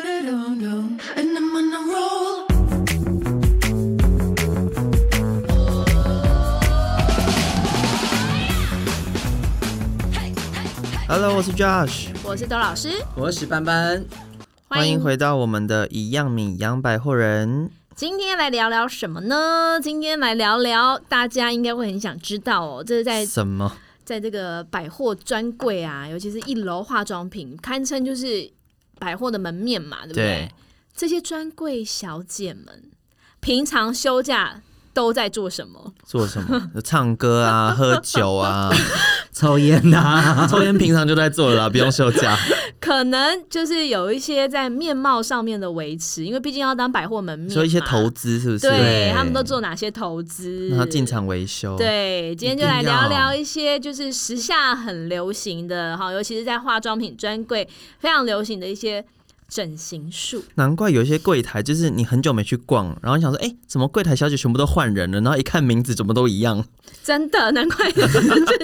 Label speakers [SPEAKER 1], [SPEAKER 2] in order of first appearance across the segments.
[SPEAKER 1] And I'm on a roll.
[SPEAKER 2] Hello，我是 Josh，
[SPEAKER 3] 我是周老师，
[SPEAKER 4] 我是斑斑，
[SPEAKER 2] 欢迎回到我们的一样米养百货人。
[SPEAKER 3] 今天来聊聊什么呢？今天来聊聊，大家应该会很想知道哦，这是在
[SPEAKER 2] 什么？
[SPEAKER 3] 在这个百货专柜啊，尤其是一楼化妆品，堪称就是百货的门面嘛，对不对？
[SPEAKER 2] 对，
[SPEAKER 3] 这些专柜小姐们平常休假都在做什么？
[SPEAKER 2] 做什么？唱歌 啊，喝酒啊，
[SPEAKER 4] 抽烟呐、
[SPEAKER 2] 抽烟啊平常就在做了 啦，不用休假。
[SPEAKER 3] 可能就是有一些在面貌上面的维持，因为毕竟要当百货门面嘛，
[SPEAKER 2] 说一些投资是不是？
[SPEAKER 3] 对他们都做哪些投资？
[SPEAKER 2] 然后进场维
[SPEAKER 4] 哦
[SPEAKER 2] 修。，
[SPEAKER 3] 对，今天就
[SPEAKER 2] 一定
[SPEAKER 3] 来聊
[SPEAKER 2] 要
[SPEAKER 3] 聊一些就是时下很流行的哈，尤其是在化妆品专柜非常流行的一些整形术。
[SPEAKER 2] 难怪有一些柜台，就是你很久没去逛，然后你想说，哎、怎么柜台小姐全部都换人了？然后一看名字，怎么都一样？
[SPEAKER 3] 真的，难怪 这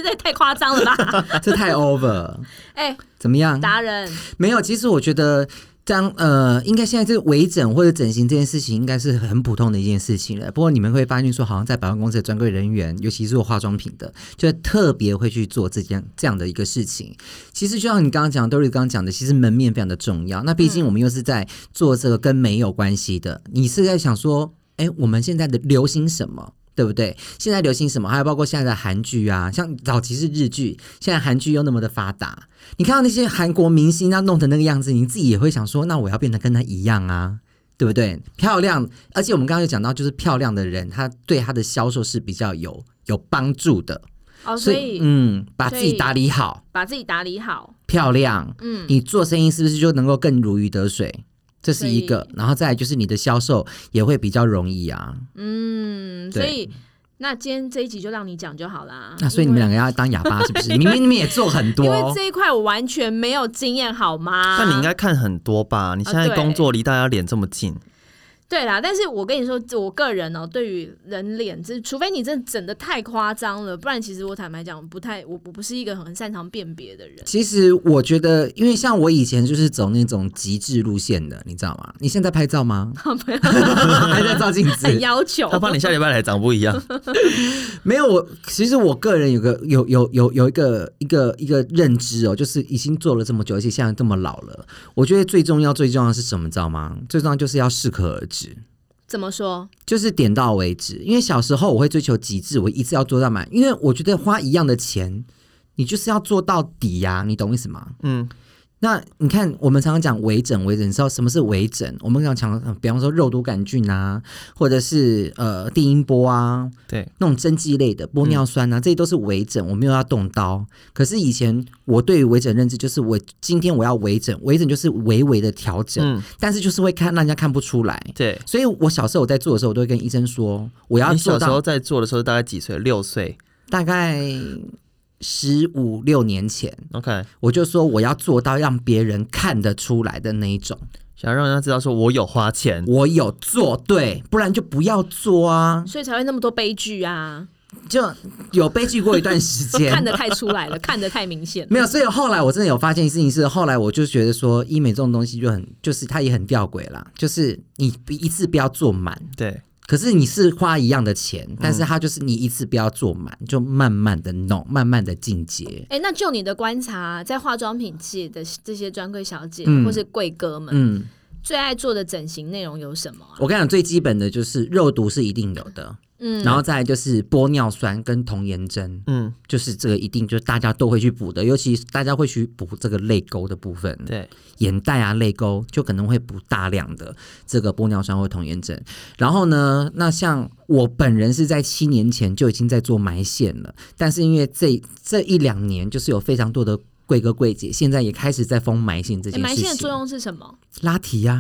[SPEAKER 3] 这太夸张了吧？
[SPEAKER 4] 这太 over，
[SPEAKER 3] 哎、
[SPEAKER 4] 怎么样？
[SPEAKER 3] 达人，
[SPEAKER 4] 没有，其实我觉得。当呃，应该现在这个微整或者整形这件事情，应该是很普通的一件事情了。不过你们会发现说，好像在百货公司的专柜人员，尤其是做化妆品的，就特别会去做这件这样的一个事情。其实就像你刚刚讲，Dory 刚刚讲的，其实门面非常的重要。那毕竟我们又是在做这个跟美有关系的，你是在想说，哎，我们现在的流行什么？对不对？现在流行什么？还有包括现在的韩剧啊，像早期是日剧，现在韩剧又那么的发达。你看到那些韩国明星他弄成那个样子，你自己也会想说，那我要变得跟他一样啊，对不对？漂亮，而且我们刚刚有讲到，就是漂亮的人，他对他的销售是比较有有帮助的，
[SPEAKER 3] 哦，所以
[SPEAKER 4] 嗯，把自己
[SPEAKER 3] 所以嗯
[SPEAKER 4] 打理好，
[SPEAKER 3] 把自己打理好，
[SPEAKER 4] 漂亮，
[SPEAKER 3] 嗯，
[SPEAKER 4] 你做生意是不是就能够更如鱼得水？这是一
[SPEAKER 3] 所
[SPEAKER 4] 个，然后再来就是你的销售也会比较容易啊。
[SPEAKER 3] 嗯，
[SPEAKER 4] 对
[SPEAKER 3] 所以那今天这一集就让你讲就好啦。
[SPEAKER 4] 那所以你们
[SPEAKER 3] 因
[SPEAKER 4] 两
[SPEAKER 3] 为
[SPEAKER 4] 个要当哑巴是不是？明明你们也做很多
[SPEAKER 3] 因
[SPEAKER 4] 哦
[SPEAKER 3] 为，这一块我完全没有经验，好吗？
[SPEAKER 2] 但你应该看很多吧？你现在
[SPEAKER 3] 啊对
[SPEAKER 2] 工作离大家脸这么近，
[SPEAKER 3] 对啦，但是我跟你说，我个人哦、对于人脸，这除非你真的整的太夸张了，不然其实我坦白讲，不太，我我不是一个很擅长辨别的 人。
[SPEAKER 4] 其实我觉得，因为像我以前就是走那种极致路线的，你知道吗？你现在拍照吗？还在照镜
[SPEAKER 3] 很
[SPEAKER 4] 子？
[SPEAKER 3] 要求，
[SPEAKER 2] 他怕你下礼拜来长不一 样。
[SPEAKER 4] 没有，我其实我个人有个有有有有一个一个一个认知哦，就是已经做了这么久，而且现在这么老了，我觉得最重要最重要的是什么，你知道吗？最重要就是要适可而止。
[SPEAKER 3] 怎么说？
[SPEAKER 4] 就是点到为止，因为小时候我会追求极致，我一次要做到满，因为我觉得花一样的钱，你就是要做到底呀、你懂意思吗？
[SPEAKER 2] 嗯，
[SPEAKER 4] 那你看，我们常常讲微整，微整，你知道什么是微整？我们常常讲，呃比方说肉毒杆菌啊，或者是呃低音波啊，
[SPEAKER 2] 对，
[SPEAKER 4] 那种针剂类的玻尿酸
[SPEAKER 2] 嗯
[SPEAKER 4] 啊，这些都是微整，我没有要动刀。可是以前我对于微整认知就是，我今天我要微整，微整就是微微的调整，
[SPEAKER 2] 嗯，
[SPEAKER 4] 但是就是会看让人家看不出来。
[SPEAKER 2] 对。
[SPEAKER 4] 所以我小时候我在做的时候，我都会跟医生说，我要
[SPEAKER 2] 你
[SPEAKER 4] 做
[SPEAKER 2] 小时候
[SPEAKER 4] 到
[SPEAKER 2] 在做的时候大概几岁？六岁。
[SPEAKER 4] 大概十五六年前，
[SPEAKER 2] OK，
[SPEAKER 4] 我就说我要做到让别人看得出来的那一种，
[SPEAKER 2] 想要让人家知道说我有花钱。
[SPEAKER 4] 我有做对，不然就不要做啊。
[SPEAKER 3] 所以才会那么多悲剧啊！
[SPEAKER 4] 就有悲剧过一段时
[SPEAKER 3] 看
[SPEAKER 4] 间。
[SPEAKER 3] 得太出 来了，看得太明显了。
[SPEAKER 4] 没有，所以后来我真的有发现事情是，后来我就觉得说，医美这种东西就很，就是它也很吊诡啦，就是你一次不要做满，
[SPEAKER 2] 对，
[SPEAKER 4] 可是你是花一样的钱，
[SPEAKER 3] 嗯
[SPEAKER 4] 但是它就是你一次不要做满，就慢慢的弄，慢慢的进阶。
[SPEAKER 3] 哎、那就你的观察，在化妆品界的这些专柜小姐、
[SPEAKER 4] 嗯
[SPEAKER 3] 或是柜哥们、
[SPEAKER 4] 嗯，
[SPEAKER 3] 最爱做的整形内容有什么啊？
[SPEAKER 4] 我跟你讲，最基本的就是肉毒是一定有的，
[SPEAKER 3] 嗯，
[SPEAKER 4] 然后再来就是玻尿酸跟童颜针，
[SPEAKER 2] 嗯，
[SPEAKER 4] 就是这个一定就是大家都会去补的，尤其是大家会去补这个泪沟的部分，
[SPEAKER 2] 对，
[SPEAKER 4] 眼袋啊、泪沟就可能会补大量的这个玻尿酸或童颜针。然后呢，那像我本人是在七年前就已经在做埋线了，但是因为这这一两年就是有非常多的贵哥贵姐，现在也开始在封埋线这
[SPEAKER 3] 诶
[SPEAKER 4] 件
[SPEAKER 3] 哎埋
[SPEAKER 4] 事
[SPEAKER 3] 线的
[SPEAKER 4] 情
[SPEAKER 3] 作，用是什么？
[SPEAKER 4] 拉提啊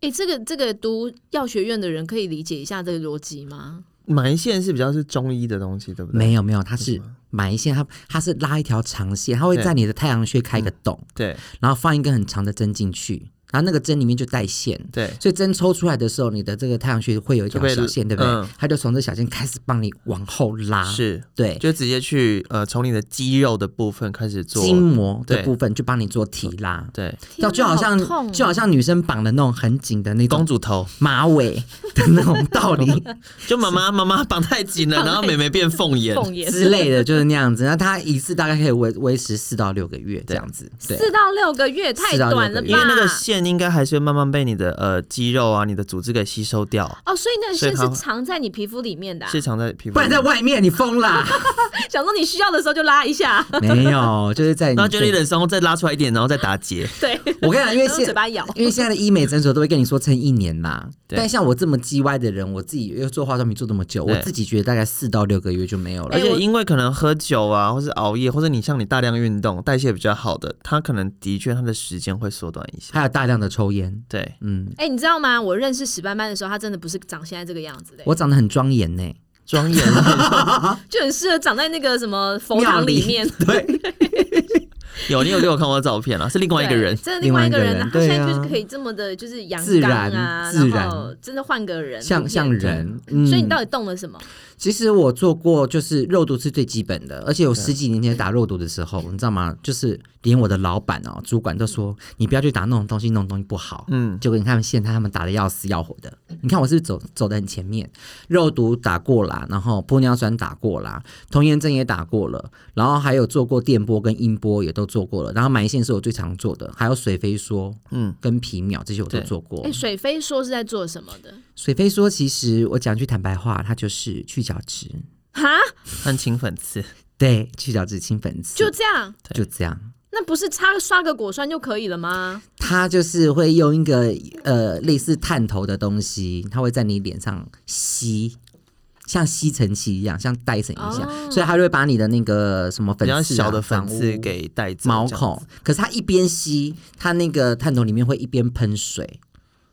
[SPEAKER 4] 呀、
[SPEAKER 3] 哎、这个这个读药学院的人可以理解一下这个逻辑吗？
[SPEAKER 2] 埋线是比较是中医的东西，对不对？
[SPEAKER 4] 没有没有，它
[SPEAKER 2] 为
[SPEAKER 4] 是
[SPEAKER 2] 什么
[SPEAKER 4] 埋线，它它是拉一条长线，它会
[SPEAKER 2] 对
[SPEAKER 3] 嗯
[SPEAKER 4] 在你的太阳穴开一个洞，
[SPEAKER 2] 对，
[SPEAKER 4] 然后放一根很长的针进去，然后那个针里面就带线，
[SPEAKER 2] 对，
[SPEAKER 4] 所以针抽出来的时候，你的这个太阳穴会有一
[SPEAKER 2] 就
[SPEAKER 4] 条
[SPEAKER 2] 被
[SPEAKER 4] 小线，对不对？
[SPEAKER 2] 嗯
[SPEAKER 4] 它就从这小线开始帮你往后拉，
[SPEAKER 2] 是，
[SPEAKER 4] 对，
[SPEAKER 2] 就直接去呃，从你的肌肉的部分开始做，
[SPEAKER 4] 筋膜的
[SPEAKER 2] 对
[SPEAKER 4] 部分就帮你做提拉。
[SPEAKER 2] 对，
[SPEAKER 3] 天哪
[SPEAKER 4] 就好像
[SPEAKER 3] 痛哦
[SPEAKER 4] 就好像女生绑的那种很紧的那
[SPEAKER 2] 公
[SPEAKER 4] 种
[SPEAKER 2] 主头，
[SPEAKER 4] 马尾的那种道 理
[SPEAKER 2] 就妈妈妈妈绑太紧了，然后妹妹变 凤眼，
[SPEAKER 3] 凤眼
[SPEAKER 4] 之类的，就是那样子。那它一次大概可以维维持四到六个月这样子，对，
[SPEAKER 3] 四到六个月太
[SPEAKER 4] 四到六
[SPEAKER 3] 短了吧？
[SPEAKER 4] 个月
[SPEAKER 2] 因为那个线应该还是会慢慢被你的呃肌肉啊、你的组织给吸收掉，
[SPEAKER 3] 哦，所以那个
[SPEAKER 2] 所以
[SPEAKER 3] 线
[SPEAKER 2] 它
[SPEAKER 3] 是藏在你皮肤里面的啊、
[SPEAKER 2] 是藏在皮肤
[SPEAKER 4] 不
[SPEAKER 2] 里面，
[SPEAKER 4] 然在外面你 疯啦？
[SPEAKER 3] 想说你需要的时候就拉一下，
[SPEAKER 4] 没有，就是在你
[SPEAKER 2] 然后觉得
[SPEAKER 4] 对
[SPEAKER 2] 有点松，再拉出来一点，然后再打结。
[SPEAKER 3] 对，
[SPEAKER 4] 我跟你讲，因 为
[SPEAKER 3] 用
[SPEAKER 4] 现
[SPEAKER 3] 嘴巴咬。
[SPEAKER 4] 因为现在的医美诊所都会跟你说撑一年 啦，
[SPEAKER 2] 对
[SPEAKER 4] 但像我这么叽歪的人，我自己又做化妆品做这么久，
[SPEAKER 2] 对
[SPEAKER 4] 我自己觉得大概四到六个月就没有了。
[SPEAKER 2] 而
[SPEAKER 3] 哎我
[SPEAKER 2] 且因为可能喝酒啊，或是熬夜，或者你像你大量运动，代谢比较好的，它可能的确它的时间会缩短一些。
[SPEAKER 4] 还有大量的抽烟，
[SPEAKER 2] 对，
[SPEAKER 4] 嗯，
[SPEAKER 3] 哎、你知道吗？我认识史斑斑的时候，他真的不是长现在这个样子的，
[SPEAKER 4] 我长得很庄严呢，
[SPEAKER 2] 庄 严。
[SPEAKER 3] 就很适合长在那个什么佛堂里面。
[SPEAKER 4] 对，
[SPEAKER 2] 有你有给我看过照片啊，是另外一个人
[SPEAKER 3] 对。真的另外一个人啊，他
[SPEAKER 4] 另外一
[SPEAKER 3] 现
[SPEAKER 4] 个人
[SPEAKER 3] 在就
[SPEAKER 4] 对
[SPEAKER 3] 是
[SPEAKER 4] 啊
[SPEAKER 3] 可以这么的，就是阳
[SPEAKER 4] 自
[SPEAKER 3] 刚
[SPEAKER 4] 然
[SPEAKER 3] 啊，
[SPEAKER 4] 自
[SPEAKER 3] 然后真的换个人，
[SPEAKER 4] 像
[SPEAKER 3] 不
[SPEAKER 4] 像
[SPEAKER 3] 变
[SPEAKER 4] 人，嗯，
[SPEAKER 3] 所以你到底动了什么？
[SPEAKER 4] 其实我做过，就是肉毒是最基本的，而且有十几年前打肉毒的时候，你知道吗？就是连我的老板哦、主管都说，你不要去打那种东西，那种东西不好。
[SPEAKER 2] 嗯，
[SPEAKER 4] 结果你看现在他们打的要死要活的，你看我是不是走走的很前面，肉毒打过啦，然后玻尿酸打过啦，童颜针也打过了，然后还有做过电波跟音波也都做过了，然后埋线是我最常做的，还有水飞梭，
[SPEAKER 2] 嗯
[SPEAKER 4] 嗯，跟皮秒这些我都
[SPEAKER 2] 对
[SPEAKER 4] 做过
[SPEAKER 3] 哎、。水飞说是在做什么的？
[SPEAKER 4] 水飞梭其实我讲句坦白话，它就是去角质，
[SPEAKER 3] 哈，
[SPEAKER 2] 很清粉刺。
[SPEAKER 4] 对，去角质清粉刺，
[SPEAKER 3] 就这样，
[SPEAKER 4] 就这样。
[SPEAKER 3] 那不是擦刷个果酸就可以了吗？
[SPEAKER 4] 它就是会用一个呃类似探头的东西，它会在你脸上吸，像吸尘器一样，像戴森一样，
[SPEAKER 3] 哦
[SPEAKER 4] 所以它就会把你的那个什么
[SPEAKER 2] 比
[SPEAKER 4] 粉刺、
[SPEAKER 2] 较
[SPEAKER 4] 啊、
[SPEAKER 2] 小的粉
[SPEAKER 4] 脏污
[SPEAKER 2] 刺给带走，
[SPEAKER 4] 毛
[SPEAKER 2] 这样
[SPEAKER 4] 孔
[SPEAKER 2] 子。
[SPEAKER 4] 可是它一边吸，它那个探头里面会一边喷水。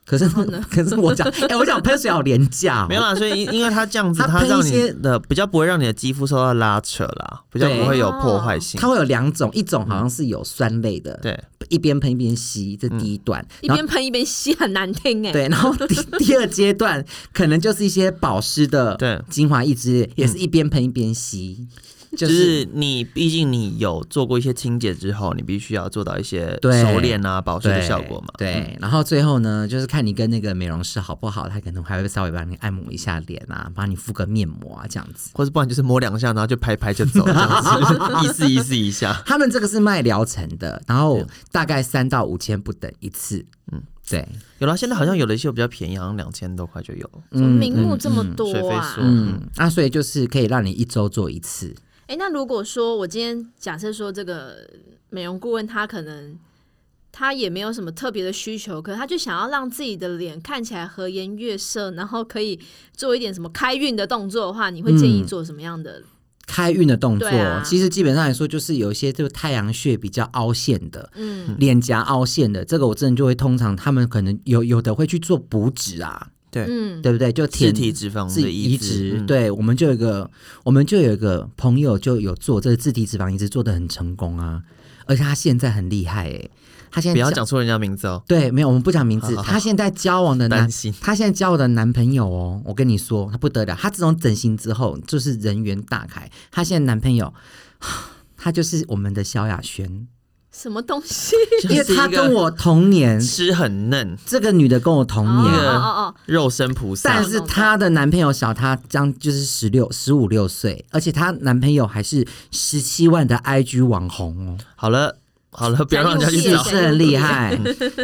[SPEAKER 4] 可是， 可是 我讲，哎、我讲喷水好廉价、哦，
[SPEAKER 2] 没有啊啦，所以因因为它这 样子，
[SPEAKER 4] 它
[SPEAKER 2] 它
[SPEAKER 4] 喷
[SPEAKER 2] 让
[SPEAKER 4] 一
[SPEAKER 2] 你
[SPEAKER 4] 些
[SPEAKER 2] 的比较不会让你的肌肤受到拉扯啦，比较
[SPEAKER 4] 对哦
[SPEAKER 2] 不会有破坏性
[SPEAKER 4] 它。会有两种，一种好像是有酸类的，
[SPEAKER 2] 对，嗯
[SPEAKER 4] 一边喷一边吸，这第一段，
[SPEAKER 3] 一
[SPEAKER 4] 然后
[SPEAKER 3] 边喷一边吸，很难听哎、
[SPEAKER 4] 对，然后 第第二阶段可能就是一些保湿的
[SPEAKER 2] 对嗯
[SPEAKER 4] 精华液之类，也是一边喷一边吸，
[SPEAKER 2] 就
[SPEAKER 4] 就
[SPEAKER 2] 是是你毕竟你有做过一些清洁之后，你必须要做到一些
[SPEAKER 4] 对
[SPEAKER 2] 熟练啊、保湿的效果嘛。嗯
[SPEAKER 4] 对，然后最后呢，就是看你跟那个美容师好不好，他可能还会稍微帮你按摩一下脸啊，帮你敷个面膜啊，这样子。
[SPEAKER 2] 或者不然就是摸两下，然后就拍拍就走，这样子意思意思一下。
[SPEAKER 4] 他们这个是卖疗程的，然后
[SPEAKER 2] 对
[SPEAKER 4] 大概三到五千不等一次。嗯，对，
[SPEAKER 2] 有啦，现在好像有的一些比较便宜，好像两千多块就有。
[SPEAKER 3] 怎么名目这么多
[SPEAKER 2] 水飞
[SPEAKER 3] 啊！
[SPEAKER 2] 梭，嗯，
[SPEAKER 4] 嗯，那、所以就是可以让你一周做一次。
[SPEAKER 3] 哎、那如果说我今天假设说这个美容顾问他可能他也没有什么特别的需求，可他就想要让自己的脸看起来和颜悦色，然后可以做一点什么开运的动作的话，你会建议
[SPEAKER 4] 嗯
[SPEAKER 3] 做什么样的？
[SPEAKER 4] 开运的动作，
[SPEAKER 3] 对啊
[SPEAKER 4] 其实基本上来说，就是有一些就是太阳穴比较凹陷的，
[SPEAKER 3] 嗯，
[SPEAKER 4] 脸颊凹陷的，这个我真的就会通常他们可能有有的会去做补脂啊，
[SPEAKER 3] 嗯，
[SPEAKER 4] 对不对？就
[SPEAKER 2] 自
[SPEAKER 4] 填
[SPEAKER 2] 体脂肪
[SPEAKER 4] 自
[SPEAKER 2] 的
[SPEAKER 4] 己移植，
[SPEAKER 2] 嗯，
[SPEAKER 4] 对我们就有一个我们就有一个朋友就有做这个自体脂肪移植，做的很成功啊，而且他现在很厉害哎、他现在
[SPEAKER 2] 嗯不要
[SPEAKER 4] 交
[SPEAKER 2] 讲出人家名字哦。
[SPEAKER 4] 对，没有我们不讲名字，
[SPEAKER 2] 好好好
[SPEAKER 4] 他现在交往的男
[SPEAKER 2] 担心，
[SPEAKER 4] 他现在交往的男朋友哦，我跟你说，他不得了，他自从整形之后就是人缘大开，他现在男朋友。 他就是我们的萧亚轩，
[SPEAKER 3] 什么东西？
[SPEAKER 4] 因为
[SPEAKER 2] 就是一
[SPEAKER 4] 他
[SPEAKER 2] 个
[SPEAKER 4] 跟我 同年，
[SPEAKER 2] 吃很嫩，
[SPEAKER 4] 这个女的跟我同
[SPEAKER 3] 哦
[SPEAKER 4] 年，
[SPEAKER 3] 哦哦哦，
[SPEAKER 2] 肉身菩萨
[SPEAKER 4] 但，是她的男朋友小她将就是十六十五六岁，而且她男朋友还是十七万的 IG 网红哦，
[SPEAKER 2] 好了好了，不要让人家
[SPEAKER 3] 是
[SPEAKER 2] 去
[SPEAKER 4] 是
[SPEAKER 3] 啊
[SPEAKER 4] 不
[SPEAKER 2] 找。
[SPEAKER 4] 是很厉 害？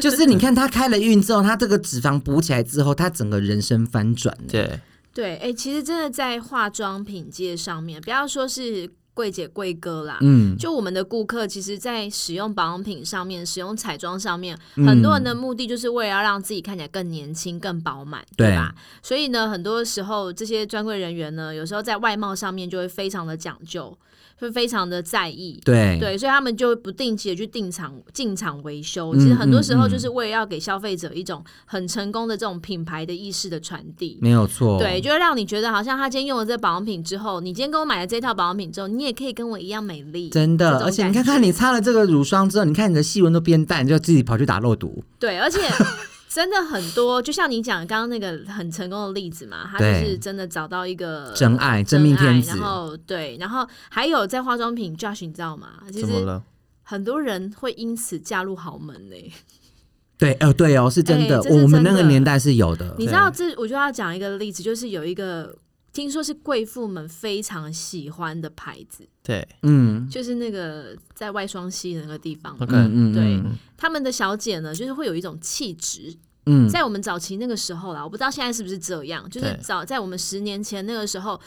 [SPEAKER 4] 就是你看她开了运之后，她这个脂肪补起来之后，她整个人生翻转。
[SPEAKER 2] 对，
[SPEAKER 3] 对，哎、其实真的在化妆品界上面，不要说是柜姐柜哥啦，
[SPEAKER 4] 嗯，
[SPEAKER 3] 就我们的顾客，其实，在使用保养品上面、使用彩妆上面，
[SPEAKER 4] 嗯
[SPEAKER 3] 很多人的目的就是为了要让自己看起来更年轻、更饱满，
[SPEAKER 4] 对
[SPEAKER 3] 对吧？所以呢，很多时候这些专柜人员呢，有时候在外貌上面就会非常的讲究。会非常的在意。
[SPEAKER 4] 对
[SPEAKER 3] 对，所以他们就不定期的去定场进场维修。
[SPEAKER 4] 嗯
[SPEAKER 3] 其实很多时候就是为了要给消费者一种很成功的这种品牌的意识的传递。
[SPEAKER 4] 没有错，
[SPEAKER 3] 对，就会让你觉得好像他今天用了这保养品之后，你今天跟我买了这套保养品之后，你也可以跟我一样美丽。
[SPEAKER 4] 真
[SPEAKER 3] 这
[SPEAKER 4] 的，
[SPEAKER 3] 种
[SPEAKER 4] 而且你
[SPEAKER 3] 感
[SPEAKER 4] 看看
[SPEAKER 3] 觉
[SPEAKER 4] 你擦了这个乳霜之后，你看你的细纹都变淡，你就自己跑去打肉毒。
[SPEAKER 3] 对， 而且真的很多，就像你讲刚刚那个很成功的例子嘛，他就
[SPEAKER 4] 对
[SPEAKER 3] 是真的找到一个
[SPEAKER 4] 真爱
[SPEAKER 3] 真
[SPEAKER 4] 真命
[SPEAKER 3] 爱
[SPEAKER 4] 天子
[SPEAKER 3] 然后对，然后还有在化妆品，Josh 你知道吗？其
[SPEAKER 2] 怎么
[SPEAKER 3] 实
[SPEAKER 2] 了？
[SPEAKER 3] 很多人会因此嫁入豪门呢、
[SPEAKER 4] 对，呃，对哦，是真的，
[SPEAKER 3] 哎这是
[SPEAKER 4] 我们那
[SPEAKER 3] 真的
[SPEAKER 4] 个年代是有的。
[SPEAKER 3] 你知道这，我就要讲一个例子，就是有一个。听说是贵妇们非常喜欢的牌子，
[SPEAKER 2] 对
[SPEAKER 4] 嗯
[SPEAKER 3] 就是那个在外双溪的那个地方，
[SPEAKER 2] ，OK，
[SPEAKER 4] 嗯嗯，
[SPEAKER 3] 对
[SPEAKER 4] 嗯
[SPEAKER 3] 他们的小姐呢，就是会有一种气质，
[SPEAKER 4] 嗯，
[SPEAKER 3] 在我们早期那个时候啦，我不知道现在是不是这样，就是
[SPEAKER 2] 对
[SPEAKER 3] 早在我们十年前那个时候。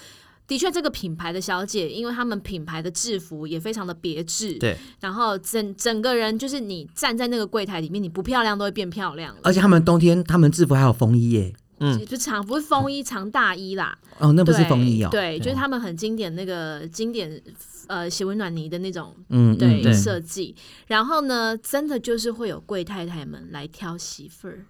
[SPEAKER 3] 的确，这个品牌的小姐，因为他们品牌的制服也非常的别致，
[SPEAKER 2] 对，
[SPEAKER 3] 然后整整个人就是你站在那个柜台里面，你不漂亮都会变漂亮了，
[SPEAKER 4] 而且他们冬天他们制服还有风衣耶，
[SPEAKER 2] 嗯
[SPEAKER 3] 就长不是风衣长大衣啦，
[SPEAKER 4] 哦，那不是
[SPEAKER 3] 对
[SPEAKER 4] 风衣哦，
[SPEAKER 3] 对，就是他们很经典那个经典呃斜纹软泥的那种
[SPEAKER 4] 嗯，嗯
[SPEAKER 3] 对
[SPEAKER 2] 对
[SPEAKER 3] 设计，然后呢，真的就是会有贵太太们来挑媳妇儿，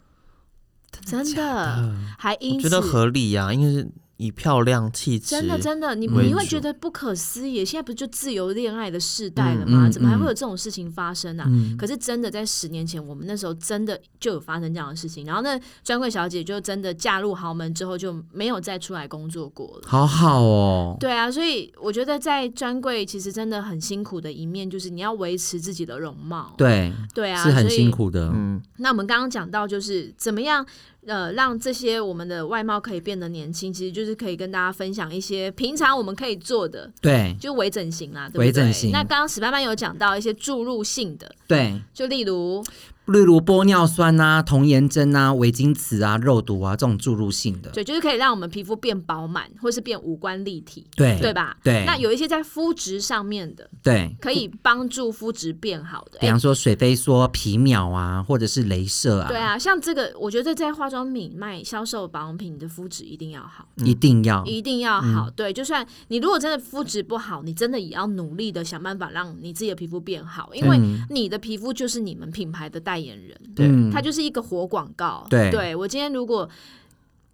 [SPEAKER 3] 真的
[SPEAKER 2] 嗯，
[SPEAKER 3] 还因
[SPEAKER 2] 我觉
[SPEAKER 3] 此
[SPEAKER 2] 得合理呀、因为是以漂亮气质，
[SPEAKER 3] 真的真的，你
[SPEAKER 2] 为
[SPEAKER 3] 你会
[SPEAKER 2] 主
[SPEAKER 3] 觉得不可思议。现在不就自由恋爱的世代了
[SPEAKER 4] 嗯
[SPEAKER 3] 吗？
[SPEAKER 4] 嗯
[SPEAKER 3] 怎么还会
[SPEAKER 4] 嗯
[SPEAKER 3] 有这种事情发生啊？
[SPEAKER 4] 嗯
[SPEAKER 3] 可是真的在十年前，我们那时候真的就有发生这样的事情。然后那专柜小姐就真的嫁入豪门之后，就没有再出来工作过了。
[SPEAKER 4] 好好哦，
[SPEAKER 3] 对啊，所以我觉得在专柜其实真的很辛苦的一面，就是你要维持自己的容貌。
[SPEAKER 4] 对，
[SPEAKER 3] 对啊，
[SPEAKER 4] 是很
[SPEAKER 3] 所以
[SPEAKER 4] 辛苦的，
[SPEAKER 2] 嗯，
[SPEAKER 3] 那我们刚刚讲到，就是怎么样，呃，让这些我们的外貌可以变得年轻，其实就是可以跟大家分享一些平常我们可以做的，
[SPEAKER 4] 对
[SPEAKER 3] 就微整形啦，对不对？
[SPEAKER 4] 微整形
[SPEAKER 3] 那刚刚史班班有讲到一些注入性的，
[SPEAKER 4] 对，
[SPEAKER 3] 就例如，
[SPEAKER 4] 例如玻尿酸啊、童颜针啊、维金瓷啊、肉毒啊这种注入性的，
[SPEAKER 3] 对，就是可以让我们皮肤变饱满，或是变五官立体，
[SPEAKER 4] 对
[SPEAKER 3] 对吧？
[SPEAKER 4] 对
[SPEAKER 3] 那有一些在肤质上面的，
[SPEAKER 4] 对，
[SPEAKER 3] 可以帮助肤质变好的。
[SPEAKER 4] 比
[SPEAKER 3] 哎
[SPEAKER 4] 方说水飞梭、皮秒啊，或者是镭射啊，
[SPEAKER 3] 对，啊，像这个，我觉得在化妆品卖销售保养品，你的肤质一定要好。
[SPEAKER 4] 一定要，
[SPEAKER 3] 一定要好。
[SPEAKER 4] 嗯
[SPEAKER 3] 对，就算你如果真的肤质不好，你真的也要努力的想办法让你自己的皮肤变好，因为你的皮肤就是你们品牌的代言人，
[SPEAKER 2] 对
[SPEAKER 4] 嗯
[SPEAKER 3] 它就是一个活广告。
[SPEAKER 4] 对
[SPEAKER 3] 我今天如果。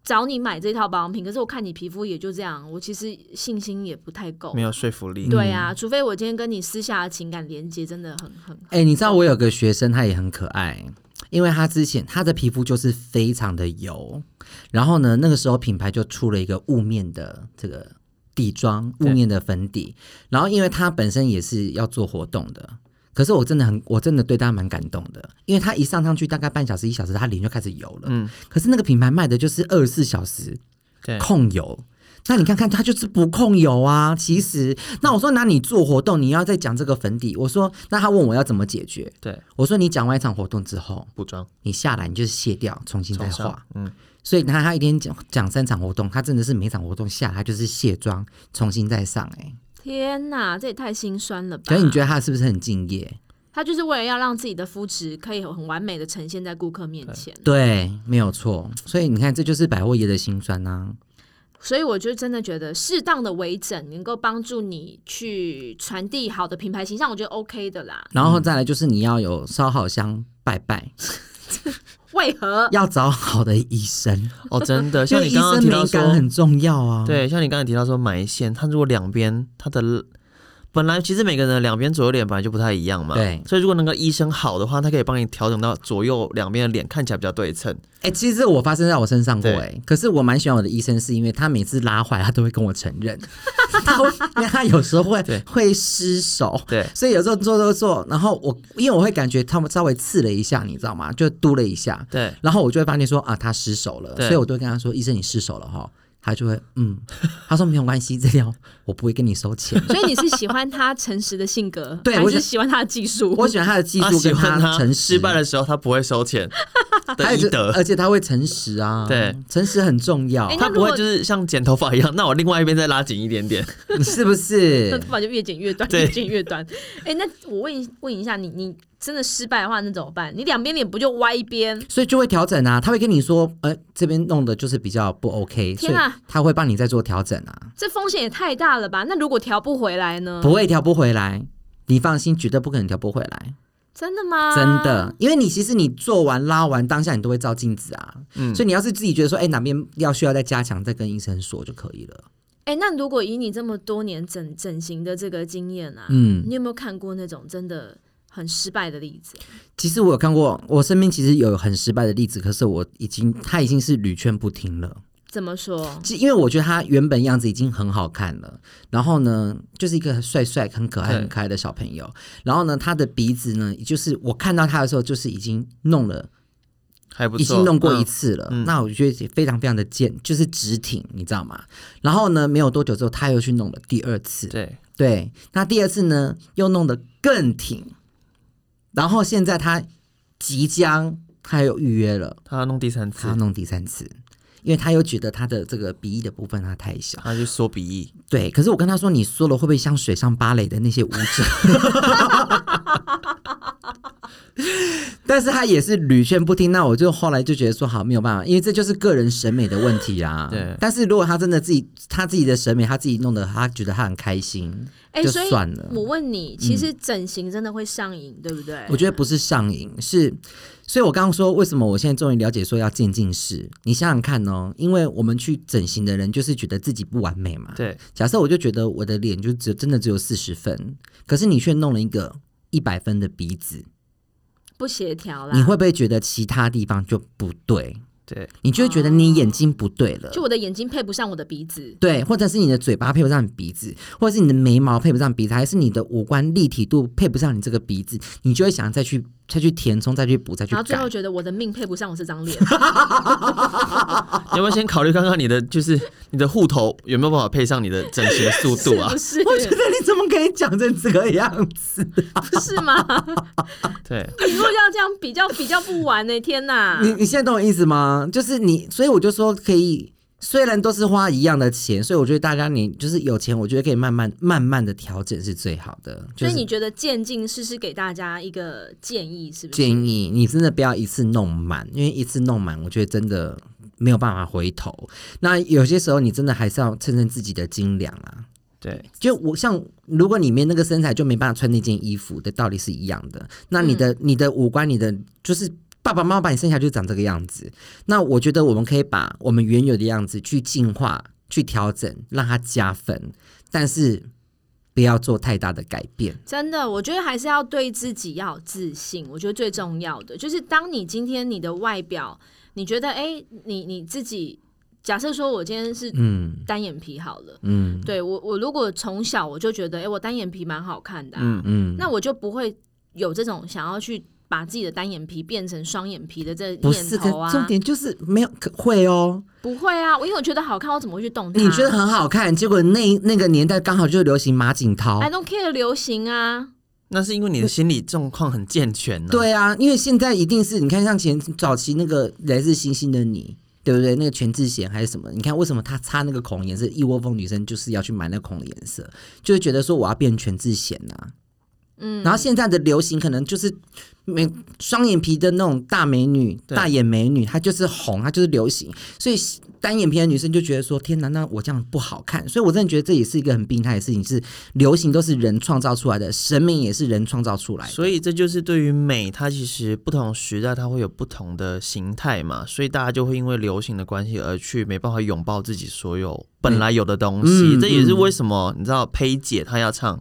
[SPEAKER 3] 找你买这套保养品，可是我看你皮肤也就这样，我其实信心也不太够
[SPEAKER 2] 没。有说服力，
[SPEAKER 3] 对
[SPEAKER 4] 嗯
[SPEAKER 3] 啊，除非我今天跟你私下的情感连接真的很很
[SPEAKER 4] 哎、你知道我有个学生，他也很可爱，因为他之前他的皮肤就是非常的油，然后呢，那个时候品牌就出了一个雾面的这个底妆、雾
[SPEAKER 2] 对
[SPEAKER 4] 面的粉底，然后因为他本身也是要做活动的。可是我真的很，我真的对他蛮感动的，因为他一上上去大概半小时一小时，他脸就开始油了。
[SPEAKER 2] 嗯
[SPEAKER 4] 可是那个品牌卖的就是二十四小时，
[SPEAKER 2] 对，
[SPEAKER 4] 控油。那你看看，他就是不控油啊。其实，那我说拿你做活动，你要再讲这个粉底，我说那他问我要怎么解决，
[SPEAKER 2] 对，
[SPEAKER 4] 我说你讲完一场活动之后，
[SPEAKER 2] 补妆，
[SPEAKER 4] 你下来你就是卸掉，重新再
[SPEAKER 2] 重上
[SPEAKER 4] 画。，
[SPEAKER 2] 嗯，
[SPEAKER 4] 所以他他一天讲讲三场活动，他真的是每场活动下来他就是卸妆，重新再上、欸。哎，
[SPEAKER 3] 天哪，这也太心酸了吧？
[SPEAKER 4] 所以你觉得他是不是很敬业？
[SPEAKER 3] 他就是为了要让自己的肤质可以很完美的呈现在顾客面前？
[SPEAKER 4] 对，没有错。所以你看，这就是百货业的辛酸啊呐、
[SPEAKER 3] 所以我就真的觉得，适当的微整能够帮助你去传递好的品牌形象，我觉得 OK 的啦。
[SPEAKER 4] 然后再来就是你要有烧好香拜拜，
[SPEAKER 2] 嗯
[SPEAKER 3] 为何？
[SPEAKER 4] 要找好的医生，
[SPEAKER 2] 哦，真的，像
[SPEAKER 4] 因为
[SPEAKER 2] 你
[SPEAKER 4] 医
[SPEAKER 2] 刚刚
[SPEAKER 4] 生
[SPEAKER 2] 提到
[SPEAKER 4] 美感
[SPEAKER 2] 说，
[SPEAKER 4] 很重要啊。。
[SPEAKER 2] 对，像你刚才提到说埋线，它如果两边它的本来其实每个人的两边左右脸本来就不太一样嘛，
[SPEAKER 4] 对
[SPEAKER 2] 所以如果那个医生好的话，他可以帮你调整到左右两边的脸看起来比较对称，
[SPEAKER 4] 哎、其实我发生在我身上过
[SPEAKER 2] 对
[SPEAKER 4] 哎、可是我蛮喜欢我的医生，是因为他每次拉坏，他都会跟我承 认，他会，因为他有时候会
[SPEAKER 2] 对
[SPEAKER 4] 会失手，
[SPEAKER 2] 对
[SPEAKER 4] 所以有时候做做做，然后我因为我会感觉他们稍微刺了一下，你知道吗？就嘟了一下，
[SPEAKER 2] 对，
[SPEAKER 4] 然后我就会发现说啊，他失手了，
[SPEAKER 2] 对
[SPEAKER 4] 所以我就会跟他说，医生你失手了哈，他就会嗯， 他说没有关系，这条我不会跟你收钱。
[SPEAKER 3] 所以你是喜欢他诚实的性格，
[SPEAKER 4] 对
[SPEAKER 3] 还
[SPEAKER 4] 我
[SPEAKER 3] 是
[SPEAKER 4] 想
[SPEAKER 3] 喜欢他的技术？
[SPEAKER 4] 我喜欢他的技
[SPEAKER 2] 他
[SPEAKER 4] 术
[SPEAKER 2] 喜
[SPEAKER 4] 跟
[SPEAKER 2] 欢
[SPEAKER 4] 诚实，
[SPEAKER 2] 失败的时候他不会收 钱
[SPEAKER 4] 还
[SPEAKER 2] 的
[SPEAKER 4] 有
[SPEAKER 2] 医
[SPEAKER 4] 就
[SPEAKER 2] 德，
[SPEAKER 4] 而且他呃会诚实啊，
[SPEAKER 2] 对，
[SPEAKER 4] 诚实很重要，
[SPEAKER 3] 哎那
[SPEAKER 2] 他不会
[SPEAKER 3] 如果
[SPEAKER 2] 就是像剪头发一样，那我另外一边再拉紧一点点。
[SPEAKER 4] 是不
[SPEAKER 3] 那
[SPEAKER 4] 是
[SPEAKER 3] 头？发就越剪越短，
[SPEAKER 2] 对
[SPEAKER 3] 越剪越短。哎、那我问一问一下你，你真的失败的话，那怎么办？你两边脸不就歪一边？
[SPEAKER 4] 所以就会调整啊，他会跟你说，呃，这边弄的就是比较不 OK，、所
[SPEAKER 3] 天
[SPEAKER 4] 以
[SPEAKER 3] 啊
[SPEAKER 4] 他会帮你再做调整啊，
[SPEAKER 3] 这风险也太大了吧？那如果调不回来呢？
[SPEAKER 4] 不会调不回来，你放心，绝对不可能调不回来，
[SPEAKER 3] 真的吗？
[SPEAKER 4] 真的，因为你其实你做完拉完当下你都会照镜子啊，
[SPEAKER 2] 嗯
[SPEAKER 4] 所以你要是自己觉得说，哎、哪边要需要再加强，再跟医生说就可以了，
[SPEAKER 3] 哎、那如果以你这么多年整整形的这个经验啊，
[SPEAKER 4] 嗯。
[SPEAKER 3] 你有没有看过那种真的很失败的例子？
[SPEAKER 4] 其实我有看过，我身边其实有很失败的例子，可是我已经他已经是屡劝不听了。
[SPEAKER 3] 怎么说？
[SPEAKER 4] 其实因为我觉得他原本样子已经很好看了，然后呢，就是一个帅帅、很可爱、
[SPEAKER 2] 对
[SPEAKER 4] 很可爱的小朋友。然后呢，他的鼻子呢，就是我看到他的时候，就是已经弄了，
[SPEAKER 2] 还不错，
[SPEAKER 4] 已经弄过
[SPEAKER 2] 嗯
[SPEAKER 4] 一次了。
[SPEAKER 2] 嗯
[SPEAKER 4] 那我觉得非常非常的尖，就是直挺，你知道吗？然后呢，没有多久之后，他又去弄了第二次。
[SPEAKER 2] 嗯对，
[SPEAKER 4] 对，那第二次呢，又弄得更挺。然后现在他即将他有预约了，
[SPEAKER 2] 他要弄第三次
[SPEAKER 4] 他要，弄第三次，因为他又觉得他的这个鼻翼的部分他太小。
[SPEAKER 2] 他就缩鼻翼，
[SPEAKER 4] 对，可是我跟他说，你说了会不会像水上芭蕾的那些舞者？ 但是他也是屡劝不听，那我就后来就觉得说好没有办法，因为这就是个人审美的问题啊。
[SPEAKER 2] 对
[SPEAKER 4] 但是如果他真的自己他自己的审美，他自己弄得他觉得他很开心，
[SPEAKER 3] 哎、
[SPEAKER 4] 就
[SPEAKER 3] 所以
[SPEAKER 4] 算了嗯
[SPEAKER 3] 我问你，其实整形真的会上瘾，对不对？
[SPEAKER 4] 我觉得不是上瘾，是，所以我刚刚说为什么我现在终于了解说要渐进式。你想想看哦，因为我们去整形的人就是觉得自己不完美嘛。
[SPEAKER 2] 对，
[SPEAKER 4] 假设我就觉得我的脸就只真的只有四十分，可是你却弄了一个一百分的鼻子，
[SPEAKER 3] 不协调啦。
[SPEAKER 4] 你会不会觉得其他地方就不对？
[SPEAKER 2] 对，
[SPEAKER 4] 你就会觉得你眼睛不对了。
[SPEAKER 3] 就我的眼睛配不上我的鼻子，
[SPEAKER 4] 对，或者是你的嘴巴配不上你鼻子，或者是你的眉毛配不上鼻子，还是你的五官立体度配不上你这个鼻子，你就会想再去再去填充、再去补、再去
[SPEAKER 3] 然后最
[SPEAKER 4] 改
[SPEAKER 3] 后。觉得我的命配不上我这张 脸。
[SPEAKER 2] 你要不要先考虑看看你的就是你的户头有没有办法配上你的整形的速度啊？
[SPEAKER 3] 是 不
[SPEAKER 4] 我觉
[SPEAKER 3] 是？
[SPEAKER 4] 得 你怎么可以讲成这个样子？
[SPEAKER 3] 不是 吗？
[SPEAKER 2] 对，
[SPEAKER 3] 你如果要这样比较，比较不完呢、欸天哪！
[SPEAKER 4] 你你现在懂我意思吗？就是你，所以我就说可以，虽然都是花一样的钱，所以我觉得大家你就是有钱，我觉得可以慢慢慢慢的调整是最好的。就
[SPEAKER 3] 所以
[SPEAKER 4] 是
[SPEAKER 3] 你觉得渐进式是给大家一个建议，是不是？
[SPEAKER 4] 建议你真的不要一次弄满，因为一次弄满，我觉得真的没有办法回头。那有些时候你真的还是要称称自己的斤两啊。
[SPEAKER 2] 对，
[SPEAKER 4] 就我像，如果你没那个身材，就没办法穿那件衣服的道理是一样的。那你
[SPEAKER 3] 嗯
[SPEAKER 4] 的、你的五官，你的就是爸爸妈妈把你生下来就长这个样子。那我觉得我们可以把我们原有的样子去进化、去调整，让它加分，但是不要做太大的改变。
[SPEAKER 3] 真的，我觉得还是要对自己要有自信。我觉得最重要的就是，当你今天你的外表，你觉得哎、诶你你自己，假设说我今天是
[SPEAKER 4] 嗯
[SPEAKER 3] 单眼皮好了，
[SPEAKER 4] 嗯
[SPEAKER 3] 对我我如果从小我就觉得哎、诶我单眼皮蛮好看的啊、
[SPEAKER 2] 嗯，
[SPEAKER 4] 嗯，
[SPEAKER 3] 那我就不会有这种想要去把自己的单眼皮变成双眼皮的这
[SPEAKER 4] 不
[SPEAKER 3] 念
[SPEAKER 4] 是，可
[SPEAKER 3] 头啊。
[SPEAKER 4] 重点就是没有可会哦。
[SPEAKER 3] 不会啊，我因为我觉得好看，我怎么会去动它？
[SPEAKER 4] 你觉得很好看，结果那那个年代刚好就流行马景涛。
[SPEAKER 3] I don't care 流行啊，
[SPEAKER 2] 那是因为你的心理状况很健全呢、，
[SPEAKER 4] 对啊，因为现在一定是你看像前早期那个来自星星的你，对不对？那个全智贤还是什么？你看为什么他擦那个孔颜色，一窝蜂女生就是要去买那个孔的颜色，就会觉得说我要变全智贤啊。
[SPEAKER 3] 嗯
[SPEAKER 4] 然后现在的流行可能就是美双眼皮的那种大美女、
[SPEAKER 2] 对
[SPEAKER 4] 大眼美女，她就是红，她就是流行，所以单眼皮的女生就觉得说：天哪，那我这样不好看。所以我真的觉得这也是一个很病态的事情，是流行都是人创造出来的，审美也是人创造出来的。
[SPEAKER 2] 所以这就是对于美，它其实不同时代它会有不同的形态嘛，所以大家就会因为流行的关系而去没办法拥抱自己所有本来有的东西。
[SPEAKER 4] 嗯
[SPEAKER 2] 这也是为什么你知道佩姐她要唱。